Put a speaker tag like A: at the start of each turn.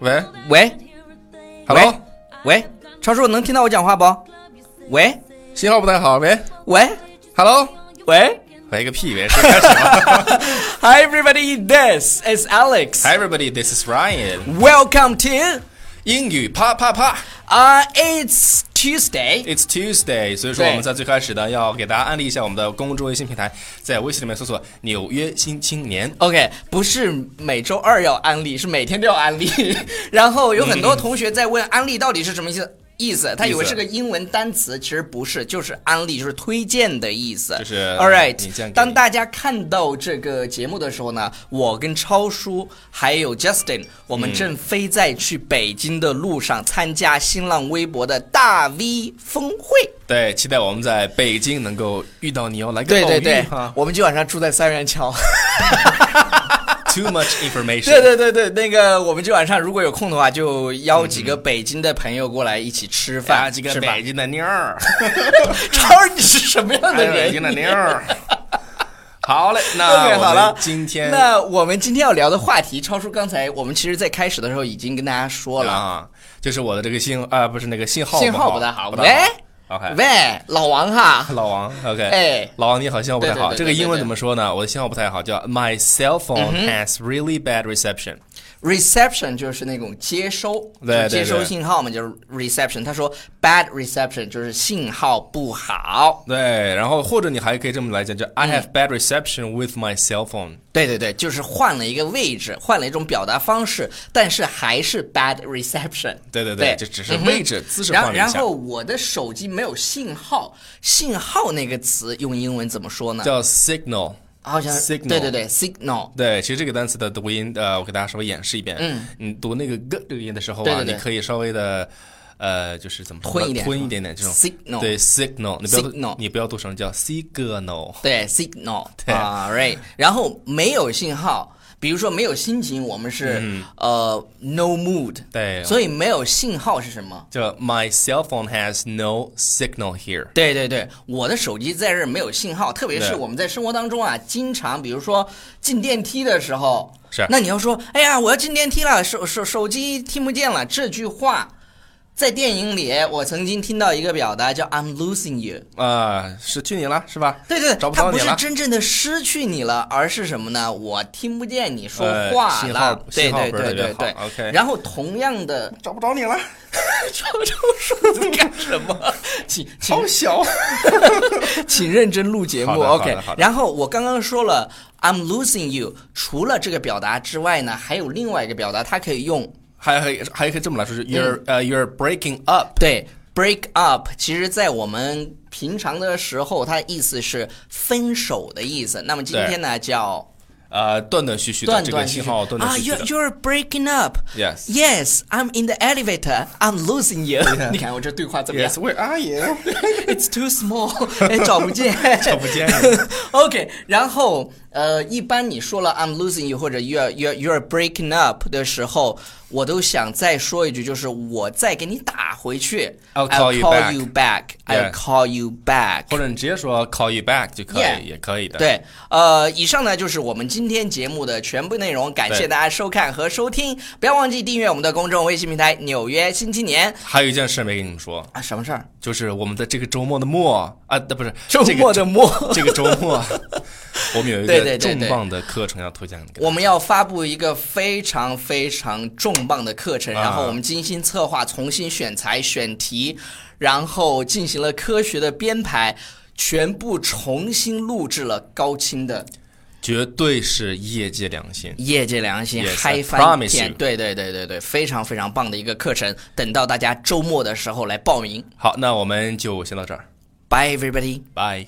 A: 喂
B: 喂
A: ，Hello，
B: 喂，超叔能听到我讲话不？喂
A: 信号不太好。喂
B: 喂
A: ，Hello，
B: 喂
A: 喂个屁 喂，谁开始了
B: ，Hi everybody, this is Alex.
A: Hi everybody, this is Ryan。
B: Welcome to
A: 英语啪啪啪
B: uh it's Tuesday.
A: ，It's Tuesday。所以说
B: 对
A: 我们在最开始呢，要给大家安利一下我们的公众微信平台，在微信里面搜索“纽约新青年
B: OK，不是每周二要安利，是每天都要安利。 然后有很多同学在问安利到底是什么意思。意思，他以为是个英文单词，其实不是，就是安利，就是推荐的意思。
A: 就是
B: All
A: 你这样给
B: right，
A: 你
B: 当大家看到这个节目的时候呢，我跟超叔还有
A: 嗯
B: Justin，我们正飞在去北京的路上，参加新浪微博的大 V 峰会。”。
A: 对，期待我们在北京能够遇到你哦，来个
B: 对
A: 偶
B: 对
A: 遇
B: 对
A: 哈，。
B: 我们今晚上住在三元桥。
A: Too much information。
B: 对对对对，那个我们今晚上如果有空的话，就邀几个北京的朋友过来一起吃
A: 发
B: 饭，
A: 啊几个
B: 是吧
A: 北？京的妞儿，
B: 超儿，你是什么样的
A: 哎
B: 人？
A: 北京的妞儿。好嘞，那
B: OK，
A: 我们
B: 好了，
A: 今天
B: 那我们今天要聊的话题，超叔刚才我们其实在开始的时候已经跟大家说了，
A: 啊，就是我的这个信啊，不是那个信号，
B: 信号不
A: 不
B: 太
A: 好，哎
B: 好。
A: 不
B: 喂
A: 太好。OK，
B: 喂，老王哈，
A: 老王，OK，
B: 哎
A: 老王你好，信号不太好。
B: 对对对对嗯
A: 这个英文怎么说呢？我的信号不太好，叫 My cell phone has really bad reception。
B: reception 就是那种接收，
A: 对对
B: 就是接收
A: 对
B: 信号嘛，就是 reception。他说 bad reception 就是信号不好。
A: 对，然后或者你还可以这么来讲，叫
B: 嗯
A: I have bad reception with my cell phone。
B: 对对对，就是换了一个位置，换了一种表达方式，但是还是 bad reception。
A: 对对
B: 对，
A: 这只是位置姿势
B: 然
A: 换了
B: 后
A: 一
B: 然
A: 下
B: 后，我的手机没有信号，信号那个词用英文怎么说呢？
A: 叫 signal。
B: 啊好像
A: signal
B: 对对对，signal。
A: 对，其实这个单词的读音，呃，我给大家稍微演示一遍。嗯，你读那个 g 这个音的时候啊，
B: 对对对
A: 你可以稍微的，呃，就是怎么说呢
B: 吞一点
A: 吞
B: 是吧
A: 一点点这种
B: Signal
A: 对 signal，你不要
B: Signal
A: 你不要读成叫 signal。
B: 对，signal
A: 对
B: 啊，right。然后没有信号，比如说没有心情，我们是、呃 no mood。
A: 嗯对
B: 所以没有信号是什么？
A: 叫 My cell phone has no signal here。
B: 对对对，我的手机在这儿没有信号，特别是
A: 对
B: 我们在生活当中啊，经常比如说进电梯的时候，
A: 是
B: 那你要说，哎呀，我要进电梯了，手手手机听不见了，这句话。在电影里，我曾经听到一个表达叫 "I'm losing you"，
A: 啊、失去你了是吧？
B: 对对，
A: 找不
B: 他
A: 到
B: 不
A: 你
B: 是
A: 了。
B: 真正的失去你了，而是什么呢？我听不见你说
A: 呃
B: 话
A: 信
B: 了，
A: 号
B: 对
A: 信号
B: 对
A: 不是
B: 对
A: 特别
B: 对对
A: 好。，OK
B: 然后同样的，
A: 找不着你了，
B: 超超叔在干什么？请请
A: 小。
B: 请认真录节目
A: 好的好的
B: ，OK
A: 好。的
B: 然后我刚刚说了，I'm losing you。除了这个表达之外呢，还有另外一个表达，它可以用
A: 还还还可以这么来
B: 嗯
A: 说，就是 you're 呃、you're breaking up。
B: 对 break up。其实，在我们平常的时候，它的意思是分手的意思。那么今天呢，叫
A: 呃，断断续续的
B: 断
A: 这个
B: 断续
A: 信
B: 续
A: 号断断
B: 啊
A: 续续的。
B: ，you're you're breaking up。
A: Yes.
B: Yes, I'm in the elevator. I'm losing you. 你看我这对话怎么样
A: yes, where are you？
B: ？It's too small，哎， 找不见，
A: 找不见。
B: OK，然后呃，一般你说了 I'm losing you 或者 you're you're you're breaking up 的时候，我都想再说一句，就是我再给你打回去。
A: I'll call you back.
B: you back. I'll
A: Yeah.
B: call you back.
A: 或者你直接说 call you back 就可以
B: Yeah
A: 也可以的。
B: 对，呃，以上呢就是我们今天节目的全部内容，感谢
A: 对
B: 大家收看和收听，不要忘记订阅我们的公众微信平台《纽约新青年》
A: 还有一件事没跟你们说，
B: 啊，什么事儿？
A: 就是我们的这个周末的末啊，呃不是
B: 周
A: 这个
B: 末的末
A: 这个周 末，我们有一
B: 对对
A: 个
B: 对
A: 重
B: 对
A: 磅的课程要推荐给大家。
B: 我们要发布一个非常非常重磅的课
A: 啊
B: 程，然后我们精心策划，重新选材、选题，然后进行了科学的编排，全部重新录制了高清的
A: 绝对是业界良心。
B: 业界良心
A: Yes,
B: 嗨
A: I
B: 翻
A: promise
B: 天！
A: you.
B: 对对对对对，非常非常棒的一个课程，等到大家周末的时候来报名。
A: 好，那我们就先到这儿，
B: Bye everybody.
A: 拜。